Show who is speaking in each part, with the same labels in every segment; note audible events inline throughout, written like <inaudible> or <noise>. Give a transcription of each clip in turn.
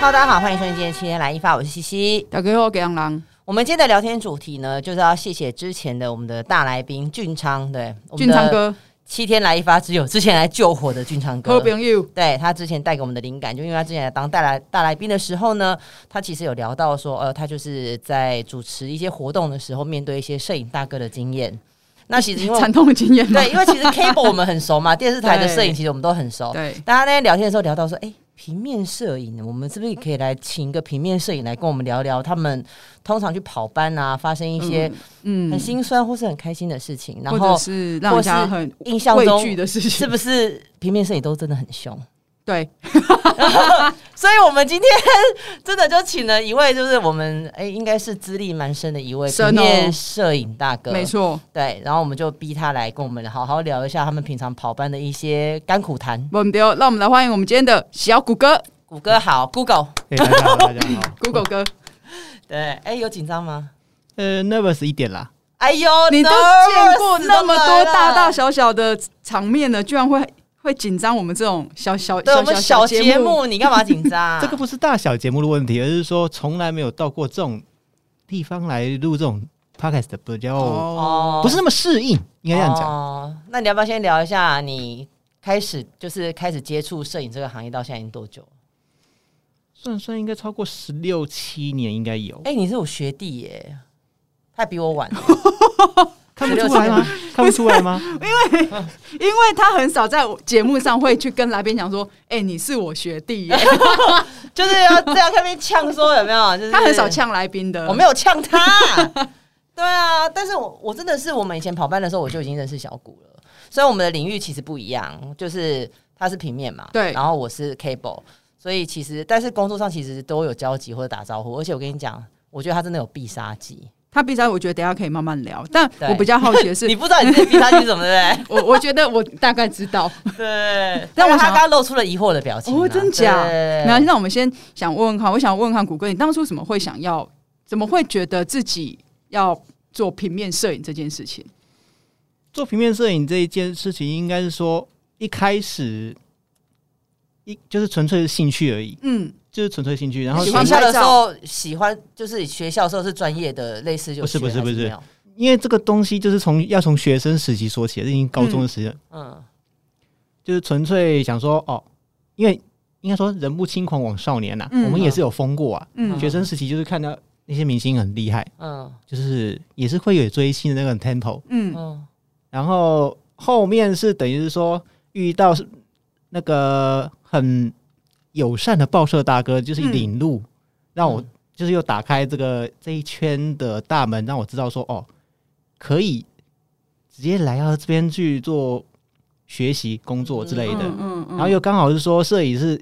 Speaker 1: Hello，大家好，欢迎收听今天《七天来一发》，我是西西。
Speaker 2: 大家好，给杨郎。
Speaker 1: 我们今天的聊天主题呢，就是要谢谢之前的我们的大来宾俊昌，对，我们
Speaker 2: 俊
Speaker 1: 的
Speaker 2: 昌哥，
Speaker 1: 七天来一发之友，之前来救火的俊昌
Speaker 2: 好
Speaker 1: 哥。
Speaker 2: 朋友，
Speaker 1: 对他之前带给我们的灵感，就因为他之前来当带来大来宾的时候呢，他其实有聊到说，呃，他就是在主持一些活动的时候，面对一些摄影大哥的经验。那其
Speaker 2: <laughs>
Speaker 1: 实因为
Speaker 2: 惨痛的经验吗？
Speaker 1: 对，因为其实 cable 我们很熟嘛，电视台的摄影其实我们都很熟。
Speaker 2: 对，
Speaker 1: 大家在聊天的时候聊到说，哎、平面摄影，我们是不是可以来请一个平面摄影来跟我们聊聊他们通常去跑班啊，发生一些很
Speaker 2: 嗯，
Speaker 1: 心酸或是很开心的事情，然
Speaker 2: 或
Speaker 1: 后
Speaker 2: 者是让人家很
Speaker 1: 印象
Speaker 2: 畏
Speaker 1: 中
Speaker 2: 惧的事情，
Speaker 1: 是不是平面摄影都真的很凶？
Speaker 2: 对，
Speaker 1: 所以我们今天真的就请了一位，就是我们哎、应该是资历蛮深的一位
Speaker 2: 深哦
Speaker 1: 平面摄影大哥，
Speaker 2: 没错。
Speaker 1: 对，然后我们就逼他来跟我们好好聊一下他们平常跑班的一些甘苦谈。
Speaker 2: 我们丢，让我们来欢迎我们今天的小谷歌
Speaker 1: 谷歌好，Google，
Speaker 3: 嘿哎大 <laughs> 家好，大家好。
Speaker 2: ，Google 哥，
Speaker 1: 对，哎、有紧张吗？
Speaker 3: 呃，nervous 一点啦，
Speaker 1: 哎呦，
Speaker 2: 你都
Speaker 1: nervous
Speaker 2: 见过那么
Speaker 1: 都来
Speaker 2: 多
Speaker 1: 了
Speaker 2: 大大小小的场面了，居然会会紧张我们这种小小
Speaker 1: 对我
Speaker 2: 小
Speaker 1: 们
Speaker 2: 小
Speaker 1: 小节
Speaker 2: 节目，
Speaker 1: 目，你干嘛紧张、
Speaker 2: <laughs>
Speaker 3: 这个不是大小节目的问题，而是说从来没有到过这种地方来录这种 podcast，的比较、
Speaker 2: 哦，
Speaker 3: 不是那么适应，应该这样讲。
Speaker 1: 哦，那你要不要先聊一下你开始就是开始接触摄影这个行业到现在已经多久？
Speaker 3: 算算应该超过十六七年，应该
Speaker 2: 哦
Speaker 3: 有。
Speaker 1: 哎、你是我学弟耶，他比我
Speaker 2: <laughs>
Speaker 1: 晚。
Speaker 3: 看不出来吗？看不出来吗？
Speaker 2: 因为他很少在节目上会去跟来宾讲说，哎，你是我学弟耶，
Speaker 1: 就是要这样看边呛说有没有？就是
Speaker 2: 他很少，呛来宾的，
Speaker 1: 我没有呛他。 <laughs> 对啊，但是我我真的是我们以前跑班的时候我就已经认识小谷了，虽然我们的领域其实不一样，就是他是平面嘛，
Speaker 2: 对
Speaker 1: 然后我是 cable，所以其实但是工作上其实都有交集或者打招呼，而且我跟你讲，我觉得他真的有必杀技，
Speaker 2: 他必杀，我觉得等一下可以慢慢聊。但
Speaker 1: 对
Speaker 2: 我比较好奇的
Speaker 1: <laughs>
Speaker 2: 是
Speaker 1: 你，不知道你自己必杀技是什么，对
Speaker 2: 我我觉得我大概知道。
Speaker 1: 不对？
Speaker 2: <laughs>
Speaker 1: 对，
Speaker 2: 但我
Speaker 1: 他
Speaker 2: 想
Speaker 1: 刚刚露出了疑惑的表情啊、
Speaker 2: 哦，真假？
Speaker 1: 对
Speaker 2: 那那我们先想问问看，我想问问看谷歌，你当初怎么会想要，怎么会觉得自己要做平面摄影这件事情？
Speaker 3: 做平面摄影这一件事情，应该是说一开始一就是纯粹是兴趣而已，
Speaker 2: 嗯，
Speaker 3: 就是纯粹兴趣。然后
Speaker 1: 喜
Speaker 2: 喜
Speaker 1: 欢
Speaker 2: 欢
Speaker 1: 校
Speaker 2: 拍
Speaker 1: 的时
Speaker 2: 照
Speaker 1: 候，喜欢就是学校的时候是专业的，类似就
Speaker 3: 不是不是不是
Speaker 1: 没有，
Speaker 3: 因为这个东西就是从要从学生时期说起，这已经高中的时间，
Speaker 1: 嗯，
Speaker 3: 就是纯粹想说哦，因为应该说人不轻狂枉少年呐、
Speaker 2: 嗯
Speaker 3: 我们也是有疯过啊。
Speaker 2: 嗯
Speaker 3: 学生时期就是看到那些明星很厉害，
Speaker 1: 嗯
Speaker 3: 就是也是会有追星的那个 tempo，
Speaker 2: 嗯，
Speaker 1: 嗯
Speaker 3: 然后后面是等于是说遇到那个很友善的报社大哥，就是
Speaker 2: 嗯
Speaker 3: 领路，让我
Speaker 1: 嗯
Speaker 3: 就是又打开这个这一圈的大门，让我知道说哦，可以直接来到这边去做学习、工作之类的。
Speaker 2: 嗯嗯嗯
Speaker 3: 然后又刚好是说摄影是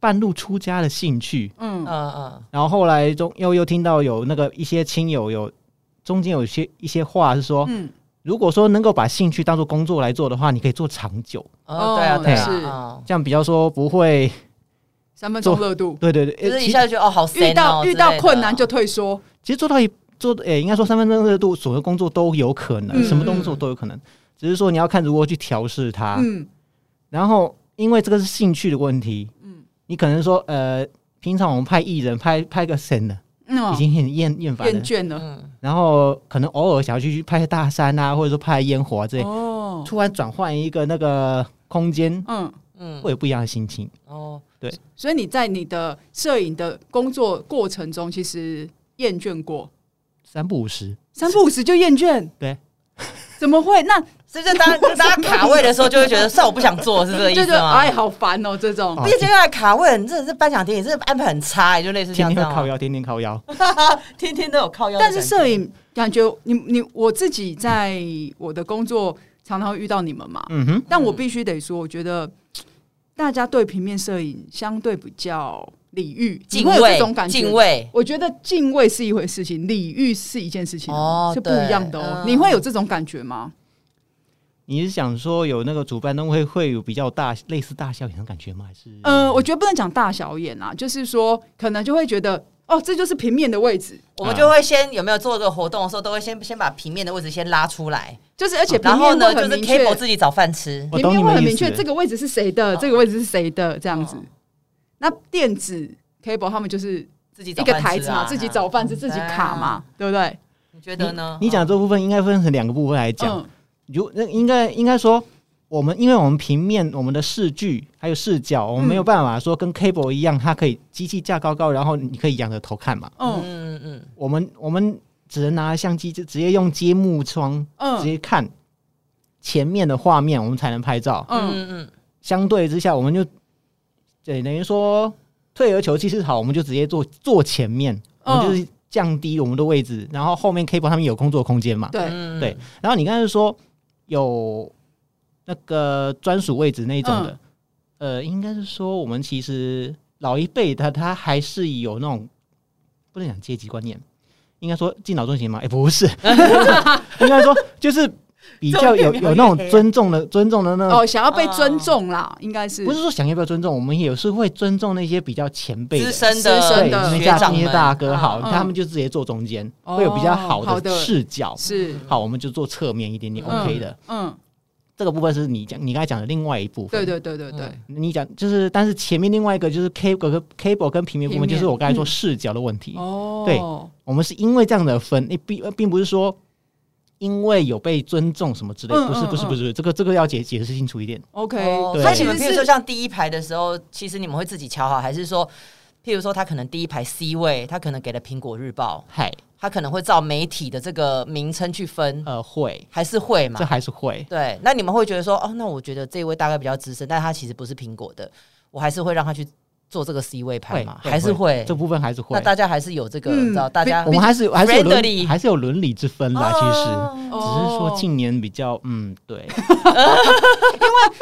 Speaker 3: 半路出家的兴趣，
Speaker 1: 嗯
Speaker 2: 嗯
Speaker 1: 嗯
Speaker 3: 然后后来中又又听到有那个一些亲友有中间有一些一些话是说，
Speaker 2: 嗯，
Speaker 3: 如果说能够把兴趣当做工作来做的话，你可以做长久，
Speaker 1: 哦，对啊对啊，
Speaker 2: 是
Speaker 1: 嗯
Speaker 3: 这样比较说不会，
Speaker 2: 三分钟热度，
Speaker 3: 对对对，
Speaker 1: 就
Speaker 3: 呃
Speaker 1: 是一
Speaker 3: 其
Speaker 1: 下就觉得哦好
Speaker 2: 遇
Speaker 1: sad 哦
Speaker 2: 到
Speaker 1: 之类的，
Speaker 2: 遇到困难就退缩，
Speaker 3: 其实做到一做，诶、应该说三分钟热度，所有工作都有可能，
Speaker 2: 嗯
Speaker 3: 什么工作都有可能，只是说你要看如何去调试它。
Speaker 2: 嗯
Speaker 3: 然后因为这个是兴趣的问题，
Speaker 2: 嗯
Speaker 3: 你可能说，呃，平常我们拍艺人拍拍个神的，
Speaker 2: 嗯哦
Speaker 3: 已，经很厌厌烦了
Speaker 2: 厌，倦了
Speaker 1: 嗯
Speaker 3: 然后可能偶尔想要去拍大山啊，或者说拍烟火啊这些，
Speaker 2: 哦，
Speaker 3: 突然转换一个那个空间，
Speaker 2: 嗯。
Speaker 1: 嗯
Speaker 3: 会有不一样的心情。
Speaker 1: 哦，
Speaker 2: 所以你在你的摄影的工作过程中，其实厌倦过，
Speaker 3: 三不五十，
Speaker 2: 三不五时就厌倦，
Speaker 3: 对，
Speaker 2: 怎么会？那
Speaker 1: 所以就当大家卡位的时候就会觉得算我不想做是 <laughs> 这个意
Speaker 2: 就
Speaker 1: 思
Speaker 2: 觉得
Speaker 1: 吗
Speaker 2: 哎，？好烦哦，这种
Speaker 3: 哦
Speaker 1: 毕竟现在卡位，你真的是颁奖典礼，真的安排很差，就类似
Speaker 3: 天
Speaker 1: 像
Speaker 3: 天
Speaker 1: 这
Speaker 3: 会
Speaker 1: 样啊
Speaker 3: 靠
Speaker 1: 吗，
Speaker 3: 腰，天天靠腰。
Speaker 1: 天天都有靠腰的
Speaker 2: 但
Speaker 1: 感觉。
Speaker 2: 是摄影感觉你你我自己在我的工作常常会遇到你们嘛，
Speaker 3: 嗯哼，
Speaker 2: 但我必须得说，我觉得大家对平面摄影相对比较礼遇，
Speaker 1: 敬
Speaker 2: 你会有这
Speaker 1: 畏
Speaker 2: 种感觉。
Speaker 1: 敬畏，
Speaker 2: 我觉得敬畏是一回事情，礼遇是一件事情
Speaker 1: 哦
Speaker 2: 哦，是不一样的
Speaker 1: 对
Speaker 2: 哦。
Speaker 1: 嗯
Speaker 2: 你会有这种感觉吗？
Speaker 3: 你是想说有那个主办单位会有比较大类似大笑演的感觉吗？还是
Speaker 2: 呃，我觉得不能讲大小眼啊，就是说可能就会觉得哦，这就是平面的位置，
Speaker 1: 我们就会先有没有做这个活动的时候，都会先先把平面的位置先拉出来，
Speaker 2: 就是而且
Speaker 1: 哦
Speaker 2: 平
Speaker 1: 然后
Speaker 2: 面
Speaker 1: 呢
Speaker 2: 会
Speaker 1: 就
Speaker 2: 很
Speaker 1: 是
Speaker 2: 明确，
Speaker 1: cable 自己找饭吃。
Speaker 3: 我
Speaker 2: 平
Speaker 3: 懂
Speaker 2: 面
Speaker 3: 你
Speaker 2: 会
Speaker 3: 们
Speaker 2: 很
Speaker 3: 意
Speaker 2: 明
Speaker 3: 思
Speaker 2: 确
Speaker 3: 了
Speaker 2: 这个位置是谁的，这个位置是谁的这样子
Speaker 1: 哦。
Speaker 2: 那电子 cable 他们就是
Speaker 1: 自己
Speaker 2: 一
Speaker 1: 找
Speaker 2: 个
Speaker 1: 饭
Speaker 2: 台
Speaker 1: 吃
Speaker 2: 子
Speaker 1: 啊
Speaker 2: 嘛，自己找饭吃，自己卡嘛，，对不对？
Speaker 1: 你觉得呢？
Speaker 3: 你讲这部分应该分成两个部分来讲，
Speaker 2: 嗯，
Speaker 3: 如那应该应该说，我们因为我们平面、我们的视距还有视角，我们没有办法说跟 cable 一样，它可以机器架高高，然后你可以仰着头看嘛。
Speaker 2: 嗯
Speaker 1: 嗯嗯
Speaker 3: 我们我们只能拿相机就直接用揭幕窗直
Speaker 2: 嗯
Speaker 3: 接看前面的画面，我们才能拍照。
Speaker 2: 嗯
Speaker 1: 嗯嗯，
Speaker 3: 相对之下，我们就对等于说退而求其次好，我们就直接坐坐前面，我们就
Speaker 2: 嗯，
Speaker 3: 是降低我们的位置，然后后面 cable 他们有工作空间嘛。
Speaker 2: 对，
Speaker 1: 嗯
Speaker 3: 对，然后你刚才说有那个专属位置那一种
Speaker 2: 嗯
Speaker 3: 的，呃，应该是说我们其实老一辈他他还是有那种不能讲阶级观念，应该说敬老尊贤嘛？哎、
Speaker 2: <laughs>
Speaker 3: 不是， <laughs> 应该说就是比较有
Speaker 1: 这种越描越
Speaker 3: 有那种
Speaker 1: 黑啊
Speaker 3: 尊重的尊重的那种。
Speaker 2: 哦，想要被尊重啦，应该是
Speaker 3: 嗯不是说想要不要尊重，我们也是会尊重那些比较前辈的
Speaker 1: 资深
Speaker 2: 资
Speaker 1: 的
Speaker 2: 深
Speaker 3: 对
Speaker 2: 的
Speaker 3: 那
Speaker 1: 学
Speaker 3: 些大
Speaker 1: 长
Speaker 3: 那
Speaker 1: 们
Speaker 3: 些大哥好，
Speaker 2: 嗯
Speaker 3: 他们就直接坐中间，
Speaker 2: 哦
Speaker 3: 会有比较好
Speaker 2: 好
Speaker 3: 的
Speaker 2: 的
Speaker 3: 视角。
Speaker 2: 是，
Speaker 3: 好，我们就做侧面一点点、
Speaker 1: 嗯
Speaker 3: o k 的。
Speaker 2: 嗯，
Speaker 3: 这个部分是你讲你刚才讲的另外一部分。
Speaker 2: 对对对对对，
Speaker 3: 你讲就是，但是前面另外一个就是 cable 跟 cable 跟平面部
Speaker 2: 平
Speaker 3: 分，
Speaker 2: 面
Speaker 3: 就是我刚才说
Speaker 2: 嗯
Speaker 3: 视角的问题。
Speaker 2: 哦，
Speaker 3: 对我们是因为这样的分，你并并不是说因为有被尊重什么之类，
Speaker 2: 嗯
Speaker 3: 不是
Speaker 2: 嗯
Speaker 3: 不是
Speaker 2: 嗯
Speaker 3: 不是，这个这个要解解释清楚一点。
Speaker 1: 哦
Speaker 2: ，OK，
Speaker 3: 对
Speaker 1: 所
Speaker 2: 他
Speaker 1: 以
Speaker 2: 其
Speaker 1: 你们
Speaker 2: 实
Speaker 1: 譬如说
Speaker 2: 是
Speaker 1: 像第一排的时候，其实你们会自己瞧好，还是说，譬如说他可能第一排 C 位，他可能给了《苹果日报》，
Speaker 3: 嗨，
Speaker 1: 他可能会照媒体的这个名称去分，
Speaker 3: 呃，会，
Speaker 1: 还是会嘛
Speaker 3: 这？还是会。
Speaker 1: 对，那你们会觉得说，哦，那我觉得这一位大概比较资深，但他其实不是苹果的，我还是会让他去做这个 C 位牌
Speaker 3: 会
Speaker 1: 嘛，还是会。
Speaker 3: 这部分还是会
Speaker 1: 那，大家还是有这个，
Speaker 2: 嗯
Speaker 1: 你知道，大家
Speaker 3: 我们还是还是有伦
Speaker 1: friendly
Speaker 3: 还是有伦理之分啦。其实
Speaker 1: 哦
Speaker 3: 只是说近年比较，嗯，对，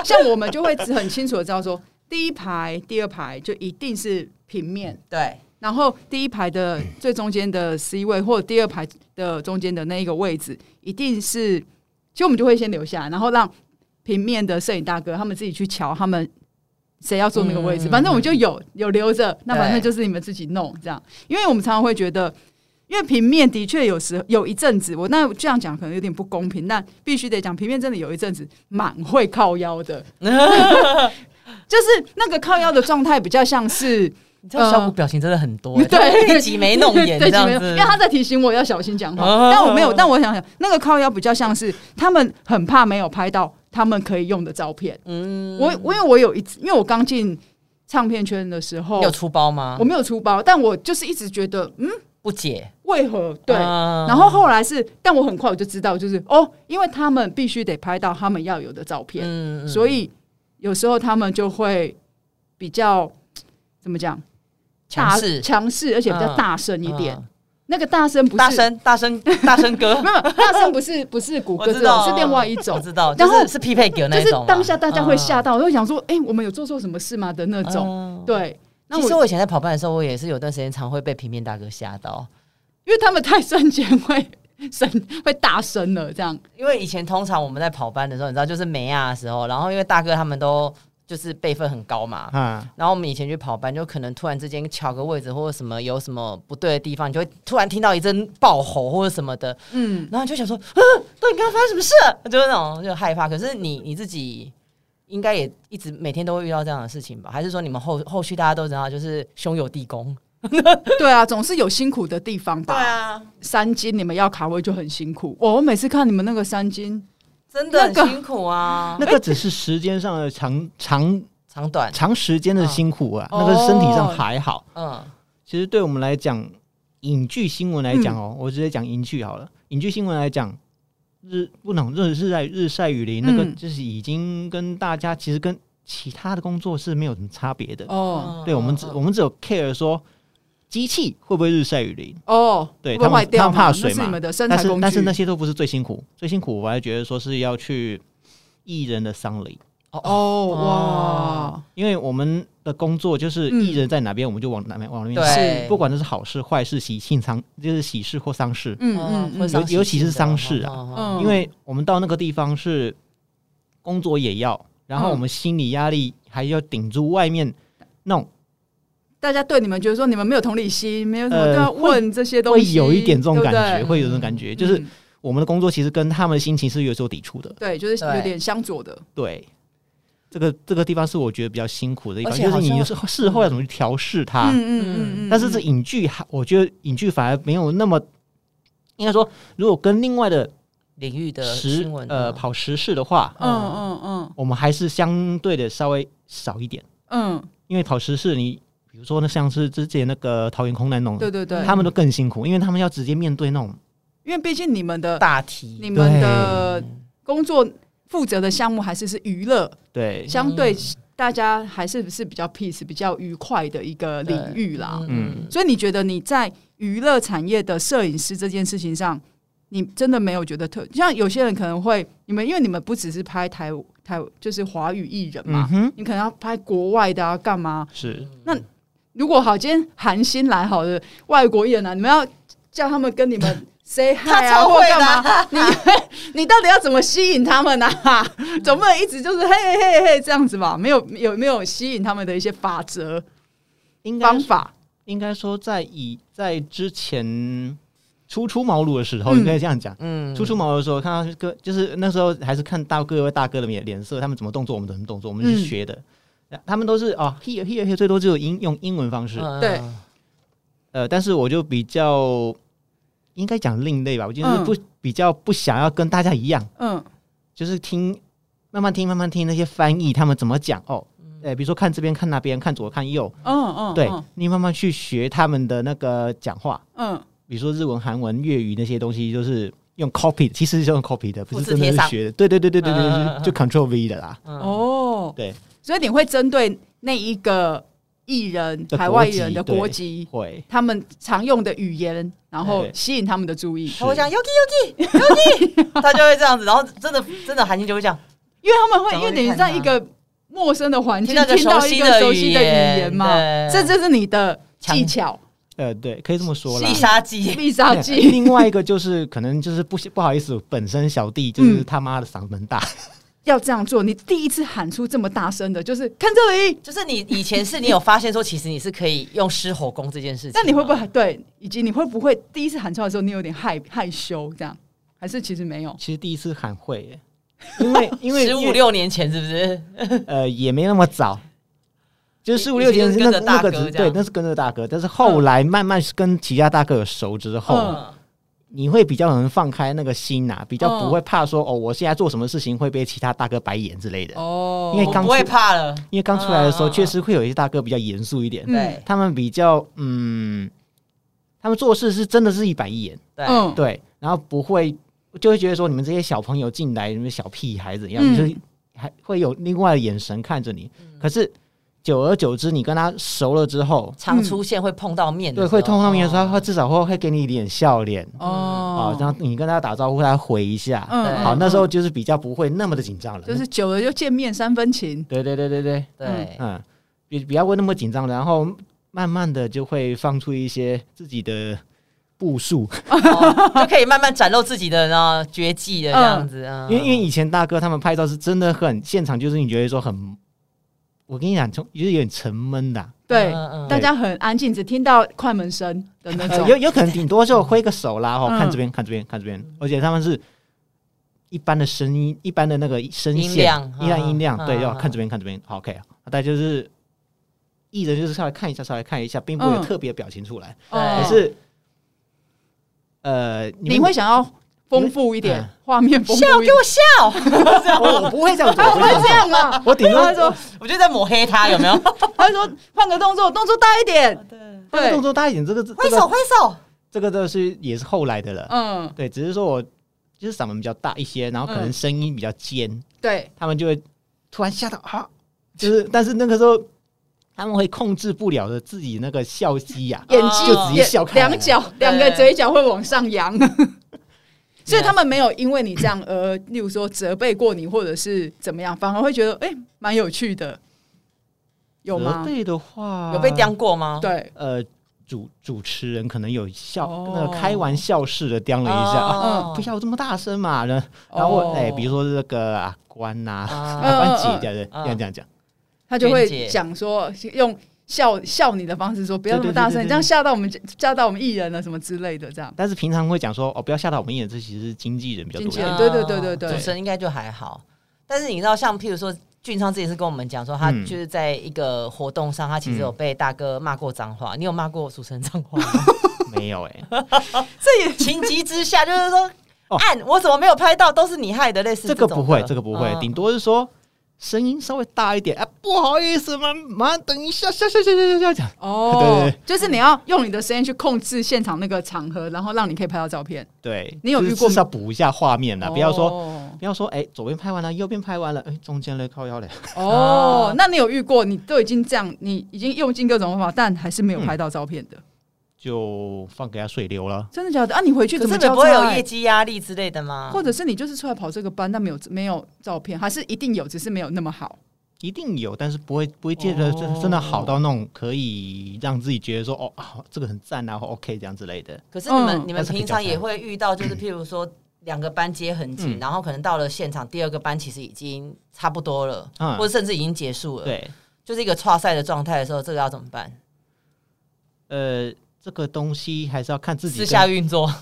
Speaker 2: 像我们就会很清楚的知道说，第一排、第二排就一定是平面，
Speaker 3: <laughs>
Speaker 1: 对，
Speaker 2: 然后第一排的
Speaker 1: <clears throat>
Speaker 2: 最中间的 C 位，或者第二排的中间的那一个位置，一定是，其实我们就会先留下，然后让平面的摄影大哥他们自己去瞧他们谁要坐那个位置。
Speaker 1: 嗯
Speaker 2: 反正我们就有有留着，那
Speaker 1: 对
Speaker 2: 反正就是你们自己弄这样。因为我们常常会觉得，因为平面的确有时有一阵子，我那这样讲可能有点不公平，但必须得讲，平面真的有一阵子蛮会靠腰的，就是那个靠腰的状态比较像是。
Speaker 1: 你知道小谷表情真的很多、欸，
Speaker 2: 嗯对，
Speaker 1: 一集没弄眼
Speaker 2: <laughs>
Speaker 1: 这
Speaker 2: 对，挤
Speaker 1: 样
Speaker 2: 眉
Speaker 1: 子，
Speaker 2: 因为他在提醒我要小心讲话
Speaker 1: 哦，
Speaker 2: 但我没有，但我想想，那个靠腰比较像是他们很怕没有拍到他们可以用的照片。
Speaker 1: 嗯
Speaker 2: 我我因为我有一次，因为我刚进唱片圈的时候
Speaker 1: 你有，出包吗
Speaker 2: 我？没有出包，但我就是一直觉得，嗯，
Speaker 1: 不解，
Speaker 2: 为何对？
Speaker 1: 嗯
Speaker 2: 然后后来是，但我很快我就知道，就是哦，因为他们必须得拍到他们要有的照片，
Speaker 1: 嗯
Speaker 2: 所以有时候他们就会比较怎么讲，大
Speaker 1: 强势
Speaker 2: 强势，而且比较
Speaker 1: 嗯
Speaker 2: 大声一点。那个大声不是
Speaker 1: 大，声大声大声哥
Speaker 2: <laughs> 没，有没有 <laughs> 大声不是不是谷 <laughs>
Speaker 1: 我
Speaker 2: 歌
Speaker 1: 知
Speaker 2: 这
Speaker 1: 道
Speaker 2: 种，是另外一
Speaker 1: 我
Speaker 2: 种，
Speaker 1: 知道，就
Speaker 2: 然后
Speaker 1: 是是匹配给那
Speaker 2: 就
Speaker 1: 一
Speaker 2: 是
Speaker 1: 种嘛，啊
Speaker 2: 当下大家会吓
Speaker 1: 嗯
Speaker 2: 到，就会想说，哎、我们有做错什么事吗的那种。。
Speaker 1: 嗯，
Speaker 2: 对，那
Speaker 1: 其实
Speaker 2: 我
Speaker 1: 我以前在跑班的时候，我也是有段时间常会被平面大哥吓到，
Speaker 2: 因为他们太瞬间会声 <laughs> 会大声了，这样
Speaker 1: 因为以前通常我们在跑班的时候，你知道就是没啊的时候，然后因为大哥他们都就是辈分很高嘛，
Speaker 3: 啊，
Speaker 1: 然后我们以前去跑班，就可能突然之间抢个位置或者什么有什么不对的地方，你就会突然听到一阵爆吼或者什么的，
Speaker 2: 嗯，
Speaker 1: 然后你就想说，啊，到底刚刚发生什么事了？就是那种就害怕。可是你你自己应该也一直每天都会遇到这样的事情吧？还是说你们后后续大家都知道，就是兄友弟恭？
Speaker 2: 对啊，总是有辛苦的地方
Speaker 1: <laughs>
Speaker 2: 吧。
Speaker 1: 啊，
Speaker 2: 三金你们要卡位就很辛苦，哦我我每次看你们那个三金，
Speaker 1: 真的很
Speaker 2: 那个
Speaker 1: 辛苦啊，
Speaker 3: 那个只是时间上的长长
Speaker 1: 长短，
Speaker 3: 长时间的辛苦啊，
Speaker 2: 嗯
Speaker 3: 那个身体上还
Speaker 2: 哦
Speaker 3: 好。
Speaker 1: 嗯，
Speaker 3: 其实对我们来讲，影剧新闻来讲
Speaker 2: 嗯
Speaker 3: 哦，我直接讲影剧好了。影剧新闻来讲，日不能日日晒日晒雨淋，那个
Speaker 2: 嗯
Speaker 3: 就是已经跟大家其实跟其他的工作是没有什么差别的。
Speaker 2: 哦
Speaker 1: 嗯
Speaker 3: 对我们只我们只有 care 说机器会不会日晒雨淋，
Speaker 2: 哦，
Speaker 3: 对
Speaker 2: 会不
Speaker 3: 他
Speaker 2: 会
Speaker 3: 们
Speaker 2: 坏掉
Speaker 3: 他
Speaker 2: 嘛，
Speaker 3: 们怕水
Speaker 2: 那
Speaker 3: 嘛
Speaker 2: 是你们的生
Speaker 3: 但
Speaker 2: 产
Speaker 3: 是
Speaker 2: 工具，
Speaker 3: 但是那些都不是最辛苦，最辛苦我还觉得说是要去艺人的丧礼。
Speaker 2: 哦哇，
Speaker 3: 因为我们的工作就是
Speaker 2: 嗯
Speaker 3: 艺人在哪边，我们就往哪边往
Speaker 1: 嗯
Speaker 3: 那边
Speaker 1: 对，
Speaker 3: 不管这是好事、坏事、喜庆、丧，就是喜事或丧事，
Speaker 2: 嗯
Speaker 1: 嗯，
Speaker 2: 嗯
Speaker 1: 会
Speaker 2: 嗯，
Speaker 1: 伤
Speaker 3: 尤尤其
Speaker 1: 心
Speaker 3: 是
Speaker 1: 的
Speaker 3: 丧事啊，
Speaker 1: 嗯
Speaker 2: 嗯
Speaker 3: 因为我们到那个地方是工作也要，然后我们心理压力还要顶住外面那种，
Speaker 2: 大家对你们觉得说你们没有同理心，没有什么
Speaker 3: 呃
Speaker 2: 都要问这些东
Speaker 3: 会
Speaker 2: 西，
Speaker 3: 有一点这种感觉，
Speaker 2: 对不
Speaker 3: 会有这种感
Speaker 2: 对
Speaker 3: 觉，就是
Speaker 2: 嗯
Speaker 3: 我们的工作其实跟他们的心情是有所抵触的，
Speaker 2: 对，就是
Speaker 1: 对
Speaker 2: 有点相左的，
Speaker 3: 对。这个这个地方是我觉得比较辛苦的地方，
Speaker 1: 而且
Speaker 3: 就是
Speaker 1: 好像
Speaker 3: 你是事后要怎么去调试它。
Speaker 2: 嗯嗯嗯嗯，
Speaker 3: 但是这影剧还，我觉得影剧反而没有那么，应该说，如果跟另外的
Speaker 1: 领域的
Speaker 3: 时
Speaker 1: 新闻啊
Speaker 3: 呃跑时事的话，
Speaker 2: 嗯嗯嗯
Speaker 3: 我们还是相对的稍微少一点，
Speaker 2: 嗯，
Speaker 3: 因为跑时事你比如说那像是之前那个桃园空难农，
Speaker 2: 对对对，
Speaker 3: 他们都更辛苦，因为他们要直接面对那种
Speaker 2: 因为毕竟你们的
Speaker 1: 大题，
Speaker 2: 你们的工作负责的项目还是是娱乐，
Speaker 3: 对
Speaker 2: 相对大家还是是比较 peace、比较愉快的一个领域啦。
Speaker 1: 嗯，
Speaker 2: 所以你觉得你在娱乐产业的摄影师这件事情上，你真的没有觉得特像有些人可能会你们，因为你们不只是拍台台就是华语艺人
Speaker 3: 嗯
Speaker 2: 嘛，
Speaker 3: 哼，
Speaker 2: 你可能要拍国外的啊，干嘛？
Speaker 3: 是
Speaker 2: 如果好，今天韩星来好的外国艺人啊，你们要叫他们跟你
Speaker 3: <laughs>
Speaker 2: 们 say hi
Speaker 1: 他
Speaker 2: 啊，
Speaker 1: 超
Speaker 2: 或
Speaker 1: 会的
Speaker 2: 干
Speaker 1: 啊
Speaker 2: 嘛？你 <laughs> 你到底要怎么吸引他们啊？总不能一直就是嘿嘿嘿这样子吧？没有有没有吸引他们的一些法则
Speaker 3: 应该
Speaker 2: 方法？
Speaker 3: 应该说在以在之前初出茅庐的时候，
Speaker 2: 嗯
Speaker 3: 应该这样讲。
Speaker 1: 嗯
Speaker 3: 初出茅庐的时候，看到哥，就是那时候还是看到各位大哥的脸脸色，他们怎么动作，我们怎么动作，我们
Speaker 2: 嗯
Speaker 3: 是学的。他们都是哦，here here here，最多只有英用英文方式。
Speaker 2: 对
Speaker 3: 呃，但是我就比较应该讲另类吧，我就是
Speaker 2: 嗯
Speaker 3: 不、比较不想要跟大家一样，
Speaker 2: 嗯
Speaker 3: 就是听慢慢听慢慢听那些翻译他们怎么讲哦。呃，比如说看这边看那边看左看右，
Speaker 2: 嗯嗯，
Speaker 3: 对
Speaker 2: 嗯
Speaker 3: 你慢慢去学他们的那个讲话，
Speaker 2: 嗯
Speaker 3: 比如说日文、韩文、粤语那些东西，就是用 copy，的其实是用 copy 的，不是
Speaker 1: 复制
Speaker 3: 真的
Speaker 1: 贴上
Speaker 3: 是学的。对对对对对对，
Speaker 1: 嗯嗯嗯
Speaker 3: 就就 Control V 的啦。
Speaker 2: 哦，
Speaker 3: 对，
Speaker 2: 所以你会针对那一个艺人、
Speaker 3: 的
Speaker 2: 海
Speaker 3: 国
Speaker 2: 外艺
Speaker 3: 籍
Speaker 2: 人的
Speaker 3: 对
Speaker 2: 国籍，
Speaker 3: 会
Speaker 2: 他们常用的语言，然后
Speaker 3: 对
Speaker 2: 吸引他们的注意。
Speaker 1: 他会讲 Yuki Yuki Yuki，他就 <laughs> 会这样子，然后真的真的韩星就会这样，
Speaker 3: 嗯
Speaker 2: 因为他们会，
Speaker 1: 找
Speaker 2: 因
Speaker 1: 到
Speaker 2: 为
Speaker 1: 一
Speaker 2: 等于
Speaker 1: 看
Speaker 2: 在
Speaker 1: 他
Speaker 2: 一个陌生的环境
Speaker 1: 听到一个
Speaker 2: 听到
Speaker 1: 熟
Speaker 2: 一
Speaker 1: 悉
Speaker 2: 个
Speaker 1: 的
Speaker 2: 熟
Speaker 1: 语
Speaker 2: 悉的语言
Speaker 1: 言
Speaker 2: 嘛，
Speaker 1: 对
Speaker 2: 这就是你的
Speaker 1: 强
Speaker 2: 技巧、
Speaker 3: 呃，对，可以这么说啦
Speaker 1: 必。杀技，
Speaker 2: 必杀
Speaker 3: 对
Speaker 2: 技。
Speaker 3: 另外一个就是可能就是不不好意思，本身小弟就是
Speaker 2: 嗯
Speaker 3: 他妈的嗓门大，
Speaker 2: 要这样做，你第一次喊出这么大声的，就是看这
Speaker 1: <laughs>
Speaker 2: 里。
Speaker 1: 就是你以前是你有发现说，其实你是可以用狮吼功这件 <laughs> 事情吗，
Speaker 2: 那你会不会对？以及你会不会第一次喊出来的时候，你有点害害羞这样？还是其实没有？
Speaker 3: 其实第一次喊会耶，因
Speaker 1: <laughs>
Speaker 3: 为因为
Speaker 1: 十
Speaker 3: 因
Speaker 1: 五
Speaker 3: 为
Speaker 1: 六年前是不是？
Speaker 3: 呃也没那么早，就是
Speaker 1: 以
Speaker 3: 十五六
Speaker 1: 以前
Speaker 3: 年
Speaker 1: 就是跟着
Speaker 3: 那那
Speaker 1: 大
Speaker 3: 个
Speaker 1: 哥
Speaker 3: 只
Speaker 1: 这样嗯
Speaker 3: 对，那是跟着大哥，但是后来慢慢是跟其他大哥有熟之后，
Speaker 2: 嗯
Speaker 3: 你会比较能放开那个心呐、比较
Speaker 2: 嗯
Speaker 3: 不会怕说、哦，我现在做什么事情会被其他大哥白眼之类的。
Speaker 2: 哦
Speaker 3: 因
Speaker 1: 嗯
Speaker 3: 为
Speaker 1: 我
Speaker 3: 刚
Speaker 1: 不会
Speaker 3: 出
Speaker 1: 怕了，
Speaker 3: 因为刚出来的时
Speaker 1: 嗯
Speaker 3: 候，
Speaker 1: 嗯嗯
Speaker 3: 确实会有一些大哥比较严肃一点，
Speaker 1: 对
Speaker 3: 他们比较嗯，他们做事是真的是一板一眼，
Speaker 1: 对，
Speaker 2: 嗯，
Speaker 3: 对，然后不会就会觉得说你们这些小朋友进来，你们小屁孩怎样，
Speaker 2: 嗯
Speaker 3: 就是还会有另外的眼神看着你。可是久而久之，你跟他熟了之后，
Speaker 1: 常出现会碰到面的
Speaker 3: 对，
Speaker 1: 时候，
Speaker 3: 会通上面的时候，
Speaker 1: 哦
Speaker 3: 他至少会会给你一点笑脸。啊
Speaker 1: 嗯
Speaker 2: 哦，，嗯
Speaker 3: 然后你跟他打招呼，他回一下，
Speaker 1: 对
Speaker 3: 好，那时候就是比较不会那么的紧张了。
Speaker 2: 就是久了就见面三分情。
Speaker 3: 对对对对对，
Speaker 1: 对，
Speaker 3: 嗯，比比较不会那么紧张，然后慢慢的就会放出一些自己的步数，
Speaker 1: 哦就可以慢慢展露自己的呢绝技的这样子啊。
Speaker 3: 因为因为以前大哥他们拍照是真的很现场，就是你觉得说很，我跟你讲，从就是有点沉闷的啊、
Speaker 2: 对，
Speaker 1: 嗯嗯
Speaker 2: 大家很安静，只听到快门声的那
Speaker 3: 呃
Speaker 2: 种
Speaker 3: 有。有可能顶多就挥个手啦，哦，
Speaker 2: 嗯
Speaker 3: 看这边看这边看这边，而且他们是。一般的声音，一般的那个声线，
Speaker 1: 音量
Speaker 3: 音量，
Speaker 1: 嗯
Speaker 3: 音量
Speaker 1: 嗯
Speaker 3: 对，
Speaker 1: 嗯
Speaker 3: 要
Speaker 1: 嗯
Speaker 3: 看这边，看这边好，OK。大家就是艺人，就是稍微看一下，稍微看一下，并不会
Speaker 2: 嗯
Speaker 3: 有特别的表情出来。
Speaker 1: 对
Speaker 2: 哦
Speaker 3: 可是，呃，
Speaker 2: 你
Speaker 3: 们
Speaker 2: 会想要丰富一点
Speaker 3: 嗯
Speaker 2: 画面，丰富
Speaker 1: 笑 <laughs>
Speaker 2: 一
Speaker 1: 给
Speaker 2: 点。
Speaker 1: 我笑，
Speaker 3: 我我不会这样做，我不
Speaker 2: 不
Speaker 3: 会
Speaker 2: 会
Speaker 3: 这样
Speaker 2: 这
Speaker 3: 做
Speaker 2: 样啊！
Speaker 3: 我
Speaker 2: <laughs>
Speaker 3: 顶多
Speaker 2: 他说，
Speaker 1: 我就在抹黑他，有没有？
Speaker 2: 他说换个动作，动作大一
Speaker 1: 啊
Speaker 2: 点。
Speaker 3: 这个动
Speaker 2: 对，
Speaker 3: 作大一点，这个 <laughs> 这
Speaker 1: 挥手
Speaker 3: 个
Speaker 1: 挥手，
Speaker 3: 这个都是也是后来的了。
Speaker 2: 嗯，
Speaker 3: 对，只是说我就是嗓门比较大一些，然后可能
Speaker 2: 嗯
Speaker 3: 声音比较尖，
Speaker 2: 对，
Speaker 3: 他们就会突然吓到啊，就是但是那个时候他们会控制不了的自己那个笑肌呀、
Speaker 2: 眼
Speaker 1: 就
Speaker 2: 睛
Speaker 3: 直接笑
Speaker 2: 眼
Speaker 3: 开来
Speaker 2: 两角两个嘴角会往上
Speaker 3: <laughs>
Speaker 2: 扬。所以他们没有因为你这样而，例如说责备过你，或者是怎么样，反而会觉得哎，蛮有趣的， <laughs> 有吗？
Speaker 3: 对的话，
Speaker 1: 有被刁过吗？
Speaker 2: 对，
Speaker 3: 呃主主持人可能有笑、
Speaker 2: 哦
Speaker 3: 那个开玩笑似的刁了一下、啊，
Speaker 1: 哦
Speaker 3: 不要这么大声嘛。然后然后我哎、比如说这个啊关呐、啊， <laughs>
Speaker 1: 啊
Speaker 2: 哦嗯
Speaker 3: 关姐这样这
Speaker 1: 嗯
Speaker 3: 样这样讲，
Speaker 2: 他就
Speaker 1: 娟
Speaker 2: 会
Speaker 1: 姐
Speaker 2: 讲说用。笑笑你的方式说不要那么大
Speaker 3: 对对对
Speaker 2: 声，
Speaker 3: 对
Speaker 2: 你这样吓到我们吓到我们艺人了什么之类的，这样
Speaker 3: 但是平常会讲说哦不要吓到我们艺人，这其实是经纪人比较
Speaker 2: 经纪
Speaker 3: 多
Speaker 2: 人。
Speaker 1: 啊
Speaker 2: 对对对对对
Speaker 1: 主持人应该就还好。但是你知道，像譬如说俊昌之前是跟我们讲说，他
Speaker 3: 嗯
Speaker 1: 就是在一个活动上，他其实有被大哥骂过脏话。你有骂过主持人脏话吗？ <laughs>
Speaker 3: 没有哎、
Speaker 2: 这也
Speaker 1: 情急之下就是说，
Speaker 3: 哦
Speaker 1: 按我怎么没有拍到，都是你害的，类似
Speaker 3: 这个不会，
Speaker 1: 个
Speaker 3: 这个不会，
Speaker 1: 嗯
Speaker 3: 顶多是说声音稍微大一点啊，不好意思嘛，妈，等一下，下下下下下下，
Speaker 2: 哦
Speaker 3: <laughs> 对对，
Speaker 2: <laughs> 就是你要用你的声音去控制现场那个场合，然后让你可以拍到照片。
Speaker 3: 对，
Speaker 2: 你有
Speaker 3: 就是
Speaker 2: 遇过
Speaker 3: 至少补一下画面啦，不要说。
Speaker 2: 哦
Speaker 3: 不要说，哎、左边拍完了，右边拍完了，哎、中间嘞，靠腰嘞，啊
Speaker 2: 哦，那你有遇过你都已经这样，你已经用尽各种方法，但还是
Speaker 3: 嗯
Speaker 2: 没有拍到照片的，
Speaker 3: 就放给他水流了。
Speaker 2: 真的假的？啊，你回去
Speaker 1: 可
Speaker 2: 怎
Speaker 1: 是
Speaker 2: 么
Speaker 1: 你
Speaker 2: 交
Speaker 1: 不会有
Speaker 3: 哎
Speaker 2: 差
Speaker 1: 业绩压力之类的
Speaker 3: 啊
Speaker 1: 吗？
Speaker 2: 或者是你就是出来跑这个班，但没有没有照片，还是一定有，只是没有那么好。
Speaker 3: 一定有，但是不会不会借着
Speaker 1: 哦
Speaker 3: 真的好到那种可以让自己觉得说哦啊这个很赞啊或，OK 这样之类的。
Speaker 1: 可是你们、
Speaker 2: 嗯
Speaker 1: 你们
Speaker 3: 但是可以
Speaker 1: 平常
Speaker 3: 交差
Speaker 1: 也会遇到，就是譬如说两个班接很紧，
Speaker 3: 嗯
Speaker 1: 然后可能到了现场，第二个班其实已经差不多了，
Speaker 3: 嗯
Speaker 1: 或者甚至已经结束了，
Speaker 3: 对，
Speaker 1: 就是一个跨赛的状态的时候，这个要怎么办？
Speaker 3: 呃，这个东西还是要看自己
Speaker 1: 私
Speaker 3: 跟
Speaker 1: 下运作，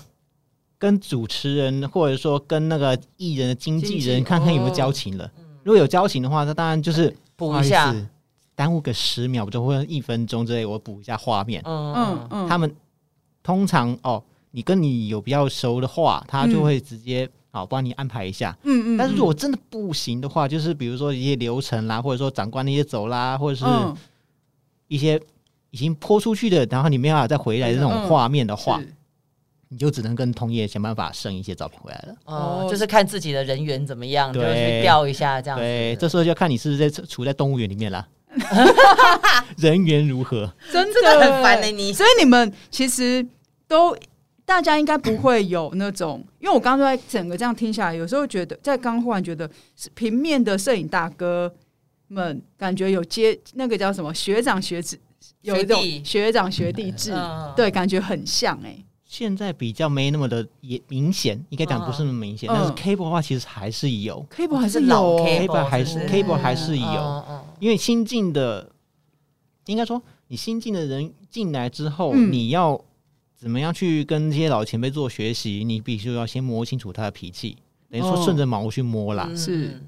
Speaker 3: 跟主持人或者说跟那个艺人的经纪
Speaker 2: 经纪
Speaker 3: 人看看有没有
Speaker 2: 哦
Speaker 3: 交情了。如果有交情的话，那当然就是
Speaker 1: 补一下
Speaker 3: <laughs> 不好意思耽误个十秒不就或者一分钟之类，我补一下画面。
Speaker 1: 嗯
Speaker 2: 嗯，嗯，
Speaker 3: 他们通常哦，你跟你有比较熟的话，他就会直接好帮你安排一下。
Speaker 2: 嗯嗯，
Speaker 3: 但是如果真的不行的话，就是比如说一些流程啦，或者说长官那些走啦，或者是
Speaker 2: 嗯
Speaker 3: 一些已经泼出去的，然后你没办法再回来的那种
Speaker 2: 嗯
Speaker 3: 画面的话，
Speaker 2: 是
Speaker 3: 你就只能跟同业想办法生一些照片回来了。
Speaker 1: 哦
Speaker 2: 哦，
Speaker 1: 就是看自己的人缘怎么样，就
Speaker 3: 对
Speaker 1: 是去调一下这样
Speaker 3: 对，
Speaker 1: 子。
Speaker 3: 这时候就要看你是不是在处在动物园里面啦， <laughs> 人缘如何？
Speaker 2: 真
Speaker 1: 真的很烦的欸
Speaker 3: 欸
Speaker 1: 你
Speaker 2: 所以你们其实都。大家应该不会有那种，因为我刚刚在整个这样听下来，有时候觉得在刚忽然觉得是平面的摄影大哥们感觉有接那个叫什么学长学子，有一种
Speaker 1: 学弟
Speaker 2: 学长学弟制，
Speaker 1: 嗯
Speaker 2: 对，感觉很像哎、
Speaker 3: 现在比较没那么的也明显，应该讲不是那么明显，
Speaker 2: 嗯
Speaker 3: 但是 cable 的话其实还是有
Speaker 2: c a b l 还是
Speaker 1: 是
Speaker 2: 有
Speaker 1: 老
Speaker 2: 哦
Speaker 1: Cable
Speaker 3: ，cable 还是
Speaker 1: 是
Speaker 3: cable 还是有，
Speaker 1: 嗯嗯
Speaker 3: 因为新进的，应该说你新进的人进来之后，
Speaker 2: 嗯
Speaker 3: 你要怎么样去跟这些老前辈做学习？你必须要先摸清楚他的脾气，等于说
Speaker 2: 哦
Speaker 3: 顺着毛去摸啦。
Speaker 1: 嗯
Speaker 2: 是
Speaker 1: 嗯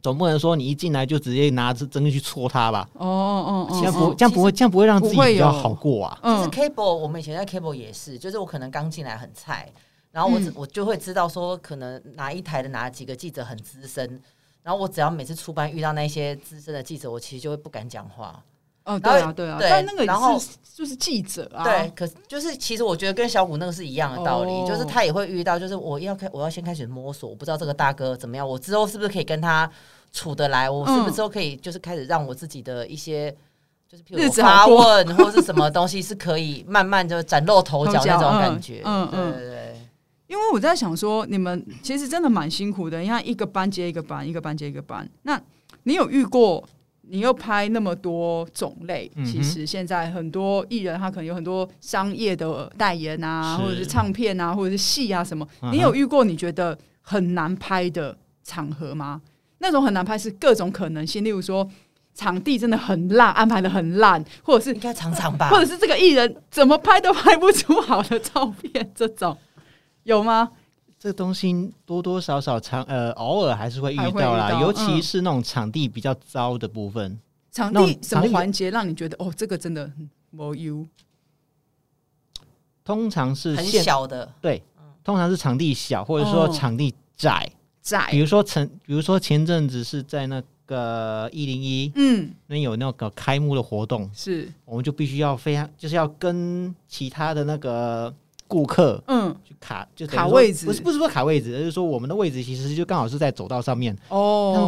Speaker 3: 总不能说你一进来就直接拿着针去戳他吧？
Speaker 2: 哦哦
Speaker 3: 这样
Speaker 2: 哦，
Speaker 3: 不这样不会这嗯样不会让自己
Speaker 2: 不会
Speaker 3: 比
Speaker 2: 有
Speaker 3: 较好过啊。
Speaker 1: 就是
Speaker 2: 嗯
Speaker 1: cable，我们以前在 cable 也是，就是我可能刚进来很菜，然后我只、
Speaker 2: 嗯
Speaker 1: 我就会知道说，可能哪一台的哪几个记者很资深，然后我只要每次出班遇到那些资深的记者，我其实就会不敢讲话。
Speaker 2: 哦，对
Speaker 1: 然
Speaker 2: 啊
Speaker 1: 后
Speaker 2: 对啊，
Speaker 1: 对
Speaker 2: 但那个
Speaker 1: 然后
Speaker 2: 也是就是记者啊，
Speaker 1: 对，可是就是其实我觉得跟小谷那个是一样的道理，
Speaker 2: 哦
Speaker 1: 就是他也会遇到，就是我要开我要先开始摸索，我不知道这个大哥怎么样，我之后是不是可以跟他处得来，我是不是
Speaker 2: 嗯
Speaker 1: 之后可以就是开始让我自己的一些。就是譬如
Speaker 2: 日
Speaker 1: 我
Speaker 2: 子
Speaker 1: 发
Speaker 2: 好过
Speaker 1: 问或是什么东西是可以慢慢就崭露头角
Speaker 2: 头
Speaker 1: 那
Speaker 2: 角
Speaker 1: 种
Speaker 2: 嗯
Speaker 1: 感觉，
Speaker 2: 嗯嗯
Speaker 1: 对对对。
Speaker 2: 因为我在想说，你们其实真的蛮辛苦的，你看一个班接一个班，一个班接一个班。那你有遇过？你又拍那么多种类，
Speaker 3: 嗯哼
Speaker 2: 其实现在很多艺人他可能有很多商业的代言啊，
Speaker 3: 是
Speaker 2: 或者是唱片啊，或者是戏啊什么。
Speaker 3: 嗯哼
Speaker 2: 你有遇过你觉得很难拍的场合吗？那种很难拍是各种可能性，例如说场地真的很烂，安排的很烂，或者是
Speaker 1: 应该常常吧
Speaker 3: 啊
Speaker 2: 或。者是这个艺人怎么拍都拍不出好的照片，这种有吗？
Speaker 3: 这东西多多少少常呃偶尔还是会遇
Speaker 2: 还会遇
Speaker 3: 到啦，
Speaker 2: 到
Speaker 3: 尤
Speaker 2: 嗯
Speaker 3: 其是那种场地比较糟的部分。
Speaker 2: 场
Speaker 3: 那种
Speaker 2: 地什么
Speaker 3: 场地
Speaker 2: 环节让你觉得哦，这个真的没有？
Speaker 3: 通常是
Speaker 1: 很
Speaker 3: 现
Speaker 1: 小的，
Speaker 3: 对，通常是场地小，或者说
Speaker 2: 哦
Speaker 3: 场地窄。比
Speaker 2: 嗯窄？
Speaker 3: 如说前，比如说前阵子是在那个一零一
Speaker 2: 嗯，
Speaker 3: 那有那个开幕的活动，
Speaker 2: 是，
Speaker 3: 我们就必须要非常就是要跟其他的那个顾客
Speaker 2: 嗯，
Speaker 3: 去卡，就等于
Speaker 2: 卡
Speaker 3: 说
Speaker 2: 位置
Speaker 3: 不是不是说卡位置，而是说我们的位置其实就刚好是在走道上面，那么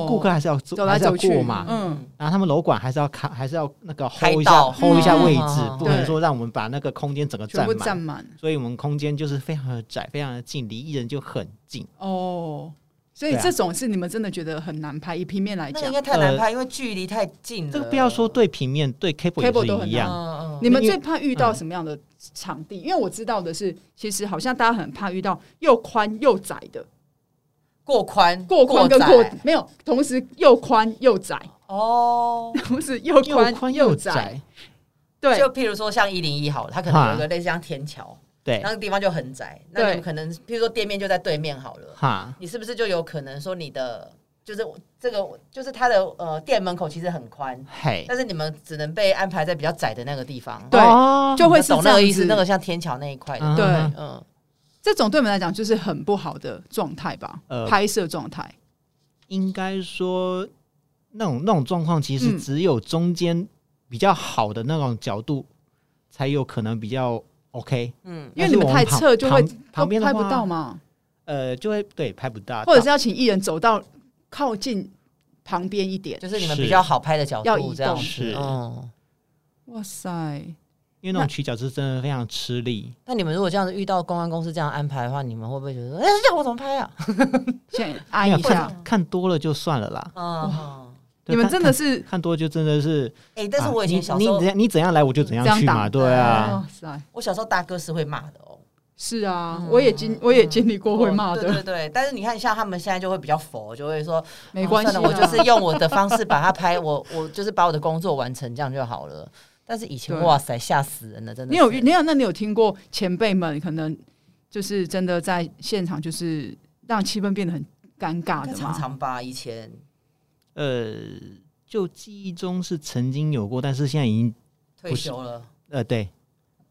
Speaker 2: 哦，
Speaker 3: 顾客还是要走
Speaker 2: 走
Speaker 3: 还
Speaker 2: 来
Speaker 3: 是要
Speaker 2: 走去
Speaker 3: 过嘛，
Speaker 2: 嗯，
Speaker 3: 然后他们楼管还是要卡，还是要那个
Speaker 1: 开
Speaker 3: hold 一
Speaker 1: 道
Speaker 3: 下 hold 一下
Speaker 2: 嗯
Speaker 3: 位
Speaker 1: 嗯
Speaker 3: 置，不可能
Speaker 2: 对
Speaker 3: 说让我们把那个空间整个
Speaker 2: 全
Speaker 3: 占
Speaker 2: 部
Speaker 3: 满，
Speaker 2: 占满
Speaker 3: 所以我们空间就是非常的窄，非常的近，离艺人就很近。
Speaker 2: 哦。所以
Speaker 3: 对啊
Speaker 2: 这种是你们真的觉得很难拍，以平面来
Speaker 1: 那个应，
Speaker 2: 讲
Speaker 1: 该太难拍，因为距离太近了。
Speaker 3: 呃这个不要说对平面，对 cable 也
Speaker 2: Cable 都
Speaker 3: 是
Speaker 2: 很
Speaker 1: 嗯，
Speaker 3: 一样。
Speaker 1: 嗯
Speaker 2: 你们
Speaker 3: 因为
Speaker 2: 最怕遇到什么样的场地？因为我知道的是，其实好像大家很怕遇到又宽又窄的，
Speaker 1: 过宽
Speaker 2: 过宽跟过
Speaker 1: 窄
Speaker 2: 没有，同时又宽又窄， <laughs>
Speaker 1: 哦。
Speaker 2: 同时又
Speaker 3: 又
Speaker 2: 宽
Speaker 3: 宽
Speaker 2: 又
Speaker 3: 又
Speaker 2: 窄
Speaker 3: 窄，，
Speaker 2: 对，
Speaker 1: 就譬如说像一零一好了，它可能有一个类似像天桥，
Speaker 3: 对
Speaker 1: 那，个地方就很窄。那你
Speaker 2: 对
Speaker 1: 们可能譬如说店面就在对面好了，
Speaker 3: 哈，
Speaker 1: 你是不是就有可能说你的就是我这个就是它的呃店门口其实很宽，
Speaker 3: 嘿，
Speaker 1: 但是你们只能被安排在比较窄的那个地方。
Speaker 2: 对
Speaker 3: 哦
Speaker 2: 就会是
Speaker 1: 懂
Speaker 2: 这
Speaker 1: 那
Speaker 2: 样
Speaker 1: 个意思，
Speaker 2: 子
Speaker 1: 那个像天桥那一块的。
Speaker 3: 嗯
Speaker 2: 对
Speaker 1: 嗯，
Speaker 2: 这种对我们来讲就是很不好的状态吧，
Speaker 3: 呃
Speaker 2: 拍摄状态。
Speaker 3: 应该说那种那种状况，其实
Speaker 2: 嗯
Speaker 3: 只有中间比较好的那种角度，才有可能比较 OK。
Speaker 1: 嗯，
Speaker 2: 因为你们太侧就会
Speaker 3: 但是我们旁旁边
Speaker 2: 都
Speaker 3: 的
Speaker 2: 拍
Speaker 3: 话啊
Speaker 2: 不到，嘛，
Speaker 3: 呃，就会对拍不到，
Speaker 2: 或者是要请艺人走到靠近旁边一点。
Speaker 1: 就是你们
Speaker 3: 是
Speaker 1: 比较好拍的角
Speaker 2: 要移
Speaker 1: 度，这样
Speaker 2: 动
Speaker 3: 是
Speaker 1: 子。嗯，
Speaker 2: 哇塞，
Speaker 3: 因为那种取角是真的非常吃力。
Speaker 1: 那你们如果这样子遇到公安公司这样安排的话，你们会不会觉得，哎，这样我怎么拍啊？
Speaker 2: 先挨
Speaker 3: 哎呀
Speaker 2: 一
Speaker 1: 会啊
Speaker 2: 下，
Speaker 3: 看看多了就算了啦。
Speaker 1: 嗯，
Speaker 3: 对
Speaker 2: 你们
Speaker 3: 看
Speaker 2: 真的是
Speaker 3: 看看多就真的是，
Speaker 1: 哎，但是我以前
Speaker 3: 啊
Speaker 1: 小
Speaker 3: 你
Speaker 1: 时候
Speaker 3: 你，怎你怎样来我就怎
Speaker 2: 这样
Speaker 3: 去嘛，
Speaker 2: 打嗯
Speaker 3: 对啊，
Speaker 2: 哇塞，
Speaker 1: 我小时候大哥是会骂的哦，
Speaker 2: 是啊
Speaker 1: 嗯，
Speaker 2: 我也经我也经历过会
Speaker 1: 哦
Speaker 2: 骂
Speaker 1: 对对
Speaker 2: 的，
Speaker 1: 对。但是你看，像他们现在就会比较佛，就会说
Speaker 2: 没关系啊
Speaker 1: 哦算
Speaker 2: 啦，
Speaker 1: 了我就是用我的方式把它拍，我我就是把我的工作完成，这样就好了。但是以前
Speaker 2: 对
Speaker 1: 哇塞，吓死人了，真的是。
Speaker 2: 你有遇你有那你有听过前辈们可能就是真的在现场就是让气氛变得很尴尬
Speaker 1: 应该
Speaker 2: 的
Speaker 1: 常
Speaker 2: 吗？嗯
Speaker 1: 常吧？以前
Speaker 3: 呃，就记忆中是曾经有过，但是现在已经
Speaker 1: 退休了，
Speaker 3: 呃，对，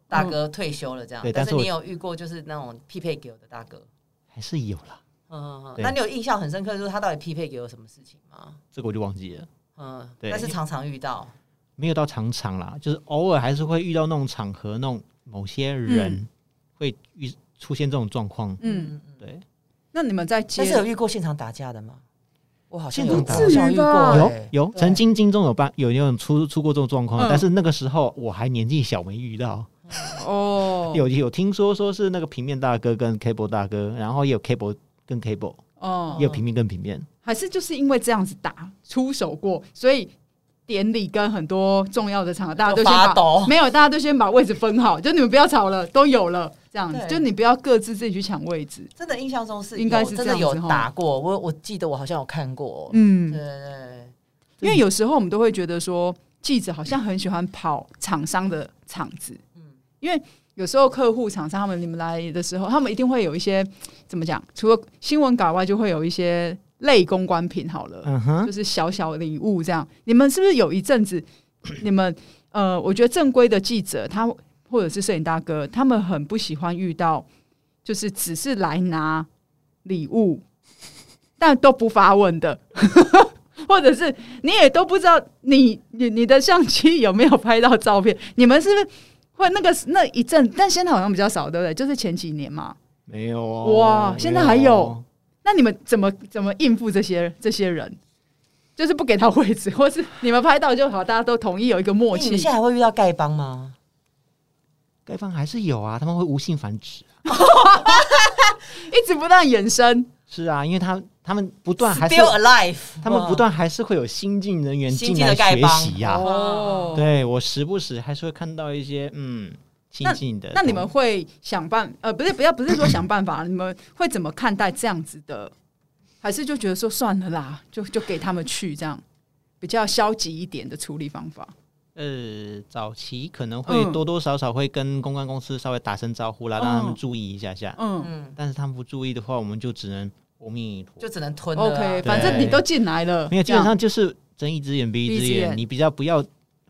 Speaker 1: 大哥退休了这样
Speaker 3: 对。
Speaker 1: 但
Speaker 3: 但
Speaker 1: 是
Speaker 3: 是我
Speaker 1: 你有遇过就是那种匹配给我的大哥？
Speaker 3: 还是有啦，
Speaker 1: 嗯，嗯嗯
Speaker 3: 对
Speaker 1: 那你有印象很深刻，就是他到底匹配给我什么事情吗？
Speaker 3: 这个我就忘记了。
Speaker 1: 嗯，
Speaker 3: 对
Speaker 1: 但是常常遇到，
Speaker 3: 没有到常常啦，就是偶尔还是会遇到那种场合，那种某些人会遇出现这种状况。
Speaker 2: 嗯，
Speaker 1: 嗯，
Speaker 3: 对，
Speaker 2: 那你们在
Speaker 1: 但是有
Speaker 2: 接
Speaker 1: 遇过现场打架的吗？我好像
Speaker 3: 现
Speaker 1: 有，
Speaker 3: 场打
Speaker 1: 我好像
Speaker 2: 不至
Speaker 1: 遇
Speaker 2: 于
Speaker 1: 过
Speaker 2: 吧
Speaker 1: 欸，
Speaker 3: 有有
Speaker 1: 对
Speaker 3: 曾经金钟有办有那种出出过这种状
Speaker 2: 嗯
Speaker 3: 况，但是那个时候我还年纪小，没遇到。
Speaker 2: 哦
Speaker 3: 有有听说说是那个平面大哥跟 cable 大哥，然后也有 cable 跟 cable，
Speaker 2: 哦
Speaker 3: 也有平面跟平面。
Speaker 2: 还是就是因为这样子打出手过，所以典礼跟很多重要的场合，大家都
Speaker 1: 就
Speaker 2: 先
Speaker 1: 发
Speaker 2: 把
Speaker 1: 抖。
Speaker 2: 没有，大家都先把位置分好，就你们不要吵了，都有了，这样子
Speaker 1: 对，
Speaker 2: 就你不要各自自己去抢位置。
Speaker 1: 真的印象中是
Speaker 2: 应该
Speaker 1: 有
Speaker 2: 是
Speaker 1: 真
Speaker 2: 这
Speaker 1: 的
Speaker 2: 样
Speaker 1: 有
Speaker 2: 子吼
Speaker 1: 打过，我我记得我好像有看过，对
Speaker 2: 嗯，
Speaker 1: 对对，
Speaker 2: 因为有时候我们都会觉得说，记者好像很喜欢跑厂商的场子，
Speaker 1: 嗯
Speaker 2: 因为有时候客户、厂商他们你们来的时候，他们一定会有一些怎么讲？除了新闻稿外，就会有一些类公关品好了。
Speaker 3: 嗯哼，
Speaker 2: 就是小小礼物这样。你们是不是有一阵子，你们呃，我觉得正规的记者他或者是摄影大哥，他们很不喜欢遇到，就是只是来拿礼物，但都不发问的。 <laughs> 或者是你也都不知道你你你的相机有没有拍到照片？你们是不是会那个那一阵？但现在好像比较少，对不对？就是前几年嘛。
Speaker 3: 没有哦。
Speaker 2: 哇
Speaker 3: 没哦
Speaker 2: 现在还有那你们怎么怎么应付这些这些人？就是不给他位置， <laughs> 或是你们拍到就好，大家都同意有一个默
Speaker 1: 哎你
Speaker 2: 契
Speaker 1: 们。现在还会遇到丐帮吗？
Speaker 3: 该方还是有啊，他们会无性繁殖。啊
Speaker 2: 一直不断延伸，
Speaker 3: 是啊，因为他他们不断还是
Speaker 1: Still alive，
Speaker 3: 他们不断还是会有新进人员
Speaker 1: 新
Speaker 3: 进
Speaker 1: 进
Speaker 3: 来
Speaker 1: 的丐
Speaker 3: 学
Speaker 1: 帮
Speaker 3: 习呀、
Speaker 2: 哦
Speaker 3: 对我时不时还是会看到一些嗯新进的
Speaker 2: 那你们
Speaker 3: 同
Speaker 2: 会想办呃，不是不要不是说想办法，你们会怎么看待这样子的？还是就觉得说算了啦，就就给他们去这样比较消极一点的处理方法？
Speaker 3: 呃早期可能会
Speaker 2: 嗯
Speaker 3: 多多少少会跟公关公司稍微打声招呼啦，让他们
Speaker 2: 嗯
Speaker 3: 注意一下下。
Speaker 2: 嗯
Speaker 1: 嗯，
Speaker 3: 但是他们不注意的话，我们就只能阿弥陀
Speaker 1: 就。只能吞了啊。
Speaker 2: ，OK，反正你都进来了，
Speaker 3: 没有，基
Speaker 2: 这
Speaker 3: 本
Speaker 2: 样
Speaker 3: 上就是睁一只眼闭一
Speaker 2: 闭
Speaker 3: 只
Speaker 2: 一只
Speaker 3: 眼，
Speaker 2: 眼
Speaker 3: 你比较不要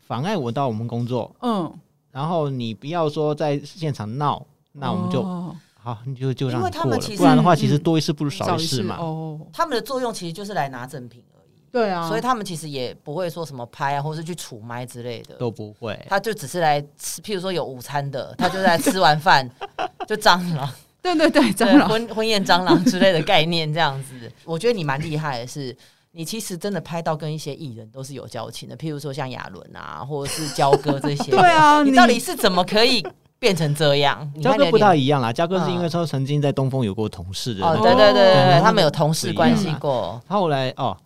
Speaker 3: 妨碍我到我们工作，
Speaker 2: 嗯，
Speaker 3: 然后你不要说在现场闹，那我们就、
Speaker 2: 哦
Speaker 3: 好，你就就
Speaker 1: 因
Speaker 3: 让
Speaker 1: 为
Speaker 3: 你
Speaker 1: 他
Speaker 3: 过
Speaker 1: 们
Speaker 3: 了，
Speaker 1: 其
Speaker 3: 不然的话，
Speaker 2: 实
Speaker 3: 其实
Speaker 2: 嗯
Speaker 3: 多一事不如少
Speaker 2: 找一
Speaker 3: 事
Speaker 2: 次
Speaker 3: 嘛。
Speaker 2: 哦，
Speaker 1: 他们的作用其实就是来拿赠品而已，
Speaker 2: 对啊，
Speaker 1: 所以他们其实也不会说什么拍啊，或是去杵麦之类的。
Speaker 3: 都不会，
Speaker 1: 他就只是来吃，譬如说有午餐的，他就来吃完饭 <laughs> 就蟑螂、
Speaker 2: 对对
Speaker 1: 对
Speaker 2: 对，蟑螂
Speaker 1: 婚婚宴蟑螂之类的概念这样子。我觉得你蛮厉害的是，你其实真的拍到跟一些艺人都是有交情的，譬如说像亚伦啊，或者是焦哥这些。
Speaker 2: <laughs> 对啊
Speaker 1: 哦你
Speaker 2: 你
Speaker 1: 到底是怎么可以变成这样？你
Speaker 3: 焦
Speaker 1: 看你
Speaker 3: 哥
Speaker 1: 的
Speaker 3: 不
Speaker 1: 脸
Speaker 3: 太一样啦，焦
Speaker 2: 啊
Speaker 3: 哥是因为说曾经在东风有过同事的那
Speaker 1: 哦，
Speaker 3: 种，
Speaker 1: 对对对对对，
Speaker 3: 哦
Speaker 1: 他们有同事关系
Speaker 3: 不一样啊
Speaker 1: 过，
Speaker 3: 后来哦，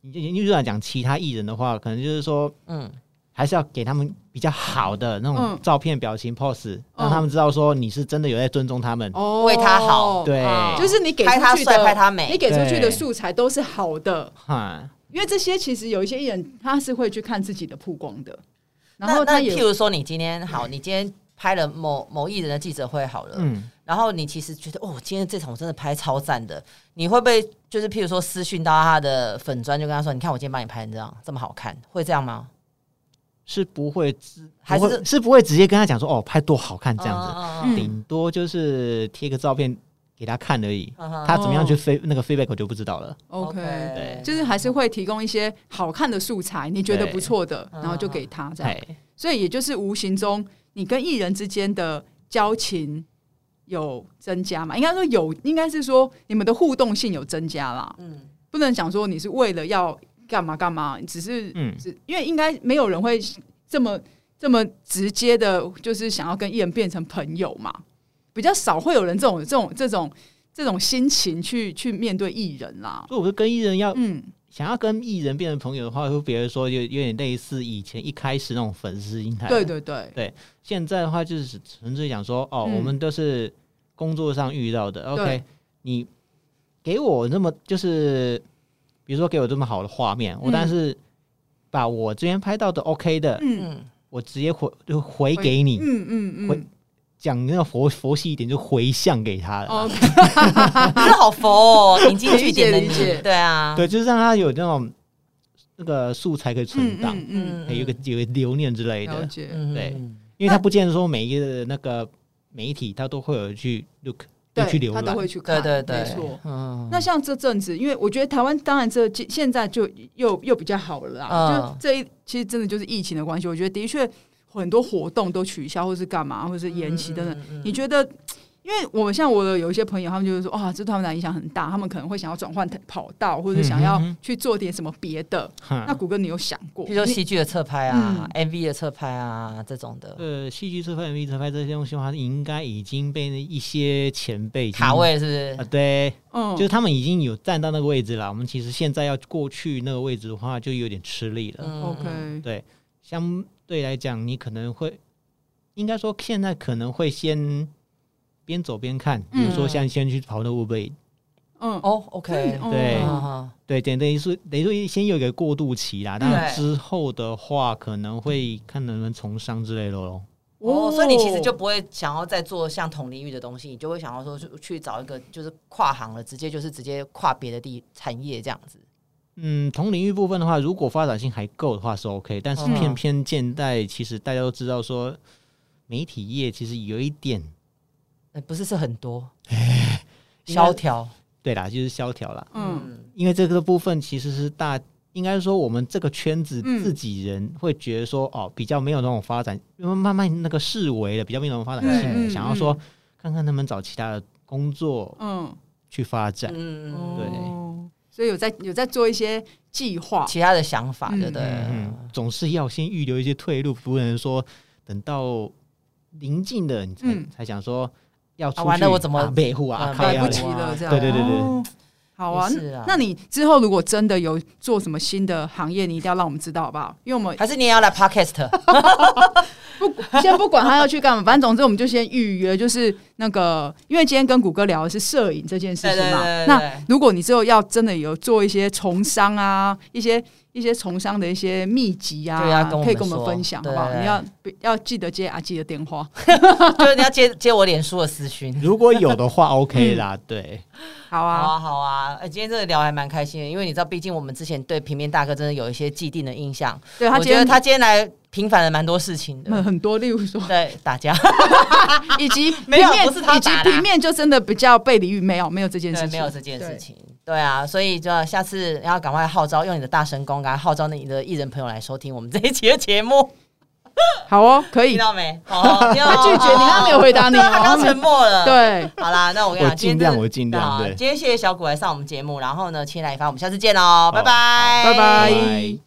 Speaker 3: 你你你如果讲其他艺人的话，可能就是说
Speaker 1: 嗯，
Speaker 3: 还是要给他们比较好的那种
Speaker 2: 嗯
Speaker 3: 照片、表情、pose，
Speaker 2: 嗯
Speaker 3: 让他们知道说你是真的有在尊重他们。
Speaker 2: 哦啊
Speaker 1: 为他好
Speaker 3: 对
Speaker 1: 哦
Speaker 2: 就是你给出
Speaker 1: 拍他
Speaker 2: 去的
Speaker 1: 帅，拍他美
Speaker 2: 你，给出去的
Speaker 3: 对
Speaker 2: 素材都是好的，
Speaker 3: 哈，
Speaker 2: 因为这些其实有一些艺人他是会去看自己的曝光的，然
Speaker 1: 那
Speaker 2: 后
Speaker 1: 那
Speaker 2: 他
Speaker 1: 譬
Speaker 2: 也
Speaker 1: 如说，你今天好，你今天拍了某某艺人的记者会好了，
Speaker 3: 嗯，
Speaker 1: 然后你其实觉得哦，今天这场我真的拍超赞的，你会不会就是譬如说私讯到他的粉砖，就跟他说，你看我今天帮你拍成这样，这么好看，会这样吗？
Speaker 3: 是不会直，
Speaker 1: 还
Speaker 3: 还
Speaker 1: 是
Speaker 3: 是哦是不会直接跟他讲说哦，拍多好看这样
Speaker 1: 子
Speaker 3: 子，
Speaker 2: 嗯
Speaker 3: 顶多就是贴个照片给他看而已。
Speaker 1: 他
Speaker 3: 他怎么样去飞那个 feedback 我就不知道了。
Speaker 2: 哦 OK，
Speaker 1: 嗯对
Speaker 2: 就是还是会提供一些好看的素材，你觉得不错的，
Speaker 1: 对
Speaker 2: 然后就给他这样。
Speaker 3: 哎，
Speaker 2: 所以也就是无形中，你跟艺人之间的交情有增加嘛？应该说有，应该是说你们的互动性有增加啦。
Speaker 1: 嗯
Speaker 2: 不能讲说你是为了要干嘛干嘛，只是
Speaker 3: 嗯，
Speaker 2: 只因为应该没有人会这么这么直接的，就是想要跟艺人变成朋友嘛，比较少会有人这种这种这种这种心情去去面对艺人啦。
Speaker 3: 所以我就跟艺人要
Speaker 2: 嗯，
Speaker 3: 想要跟艺人变成朋友的话，会别人说有有点类似以前一开始那种粉丝心态。
Speaker 2: 对对对，
Speaker 3: 现在的话就是纯粹讲说，哦，
Speaker 2: 嗯
Speaker 3: 我们都是工作上遇到的。
Speaker 2: 对
Speaker 3: OK，你给我那么就是，比如说给我这么好的画面，我但是把我之前拍到的 OK 的，
Speaker 2: 嗯
Speaker 1: 嗯，
Speaker 3: 我直接回就回给你，
Speaker 2: 嗯嗯
Speaker 3: 回
Speaker 2: 嗯
Speaker 3: 讲那个佛佛系一点，就回向给他了。
Speaker 2: ，OK，嗯
Speaker 1: 这好佛哦，引经据典的
Speaker 2: 理解理
Speaker 1: 你，
Speaker 2: 解
Speaker 1: 对啊，
Speaker 3: 对，就是让他有那种那个素材可以存
Speaker 2: 嗯
Speaker 3: 档，
Speaker 2: 嗯
Speaker 3: 还有一个有一个留念之类
Speaker 2: 嗯，了
Speaker 3: 的。
Speaker 2: 解。
Speaker 1: 嗯
Speaker 3: 对
Speaker 1: 嗯
Speaker 3: 因为他不见得说每一个那个媒体他都会有去 look 就去
Speaker 2: 对，
Speaker 3: 浏
Speaker 2: 他都会
Speaker 3: 览，
Speaker 2: 去看，
Speaker 1: 对对对
Speaker 2: 没错。
Speaker 3: 嗯，
Speaker 2: 那像这阵子，因为我觉得台湾当然这近现在就又又比较好了啦，
Speaker 1: 嗯
Speaker 2: 就这一其实真的就是疫情的关系，我觉得的确很多活动都取消，或是干嘛，或是延期等等。
Speaker 1: 嗯嗯嗯
Speaker 2: 你觉得？因为我像我的有一些朋友，他们就是说，哇，这对他们的影响很大，他们可能会想要转换跑道，或者想要
Speaker 3: 嗯哼啊
Speaker 2: 去做点什么别的。那
Speaker 3: 那
Speaker 2: 谷歌，你有想过？
Speaker 1: 譬如说戏剧的侧拍
Speaker 2: 嗯
Speaker 1: 啊、MV 的侧拍啊这种的
Speaker 3: 呃，戏剧这块、MV 这块这些东西的话，应该已经被一些前辈已经
Speaker 1: 卡位是不是？
Speaker 3: 啊，对，
Speaker 2: 嗯，
Speaker 3: 就是他们已经有站到那个位置了。我们其实现在要过去那个位置的话，就有点吃力了。
Speaker 1: 嗯
Speaker 2: OK，
Speaker 3: 相对来讲，你可能会，应该说现在可能会先边走边看，比如说
Speaker 1: 嗯
Speaker 3: 像先去跑那 u b e
Speaker 2: 嗯，
Speaker 1: 哦
Speaker 2: 真的
Speaker 1: ，OK，
Speaker 2: 哦
Speaker 3: 对
Speaker 1: 嗯嗯
Speaker 3: 对，等等于说等于说先有一个过渡期啦。当然之后的话，可能会看能不能从商之类的咯。
Speaker 1: 哦，所以你其实就不会想要再做像同领域的东西，你就会想要说去去找一个就是跨行了，直接就是直接跨别的地产业这样子。
Speaker 3: 嗯，同领域部分的话，如果发展性还够的话是 OK，但是
Speaker 1: 嗯
Speaker 3: 偏偏现在其实大家都知道说，媒体业其实有一点
Speaker 1: 呃不是是很多
Speaker 3: 应该
Speaker 1: 萧条，
Speaker 3: 对啦，就是萧条啦。
Speaker 2: 嗯，
Speaker 3: 因为这个部分其实是大，应该说我们这个圈子
Speaker 2: 嗯
Speaker 3: 自己人会觉得说，哦，比较没有那种发展，因为慢慢那个视为了比较没有那种发展性了，
Speaker 2: 嗯嗯
Speaker 3: 想要说看看能不能找其他的工作
Speaker 2: 嗯，
Speaker 3: 去发展。
Speaker 1: 嗯，嗯
Speaker 3: 对
Speaker 2: 哦，所以有在有在做一些计划，
Speaker 1: 其他的想法，对不对？
Speaker 3: 嗯，总是要先预留一些退路，不能说等到临近了你才、
Speaker 2: 嗯
Speaker 3: 才想说要出去、
Speaker 1: 啊完了我怎么
Speaker 3: 啊维护啊？
Speaker 1: 啊
Speaker 3: 啊靠
Speaker 2: 来
Speaker 1: 对
Speaker 3: 呀
Speaker 2: 不
Speaker 1: 啊
Speaker 2: 及了，这样
Speaker 3: 对对对对
Speaker 2: 哦好啊，
Speaker 1: 也是啊
Speaker 2: 那那你之后如果真的有做什么新的行业，你一定要让我们知道，好不好？因为我们
Speaker 1: 还是你也要来 podcast？ <laughs>
Speaker 2: <laughs> 先不管他要去干嘛，反正总之我们就先预约，就是那个，因为今天跟谷歌聊的是摄影这件事情嘛。
Speaker 1: 对对对对
Speaker 2: 那如果你之后要真的有做一些从商啊，一些一些从商的一些秘籍啊，
Speaker 1: 对要跟我们
Speaker 2: 可以跟我们
Speaker 1: 说
Speaker 2: 分享，好
Speaker 1: 对
Speaker 2: 不好？
Speaker 1: 对
Speaker 2: 你要要记得接阿基的电话。
Speaker 1: 就是你要接接我脸书的私讯。
Speaker 3: 如果有的话，OK
Speaker 1: 嗯
Speaker 3: 啦，对，
Speaker 2: 好
Speaker 1: 好
Speaker 2: 啊，
Speaker 1: 啊，好啊！哎、今天真的聊得还蛮开心的，因为你知道，毕竟我们之前对平面大哥真的有一些既定的印象。
Speaker 2: 对他
Speaker 1: 我
Speaker 2: 今
Speaker 1: 觉得
Speaker 2: 天
Speaker 1: 他今天来平反了蛮多事情
Speaker 2: 嗯
Speaker 1: 的，
Speaker 2: <laughs> 很多，例如
Speaker 1: <laughs>
Speaker 2: 说
Speaker 1: 对打架，
Speaker 2: 以及
Speaker 1: 没有
Speaker 2: 平面
Speaker 1: 不是他
Speaker 2: 以及
Speaker 1: 打的啊
Speaker 2: 平面就真的比较被礼遇，没有没有这件事
Speaker 1: 对，没
Speaker 2: 情，
Speaker 1: 有这件事
Speaker 2: 对。
Speaker 1: 情，对啊，所以就要下次要赶快号召，用你的大神功，赶快号召你的艺人朋友来收听我们这一期的节 <laughs> 目，
Speaker 2: 好哦，可以
Speaker 1: 听，到没？哦，听到
Speaker 2: 他拒绝你，他没有回答你
Speaker 1: 对
Speaker 2: 哦，
Speaker 1: 啊他刚沉默了，。
Speaker 2: 对，
Speaker 1: 好啦，那我跟你
Speaker 3: 我
Speaker 1: 讲，
Speaker 3: 尽
Speaker 1: 今天真
Speaker 3: 量
Speaker 1: 的
Speaker 3: 我尽量
Speaker 1: 好
Speaker 3: 对
Speaker 1: 哦今天谢谢小谷来上我们节目，然后呢，千来一发，我们下次见喽，拜拜，
Speaker 2: 拜拜
Speaker 3: 拜。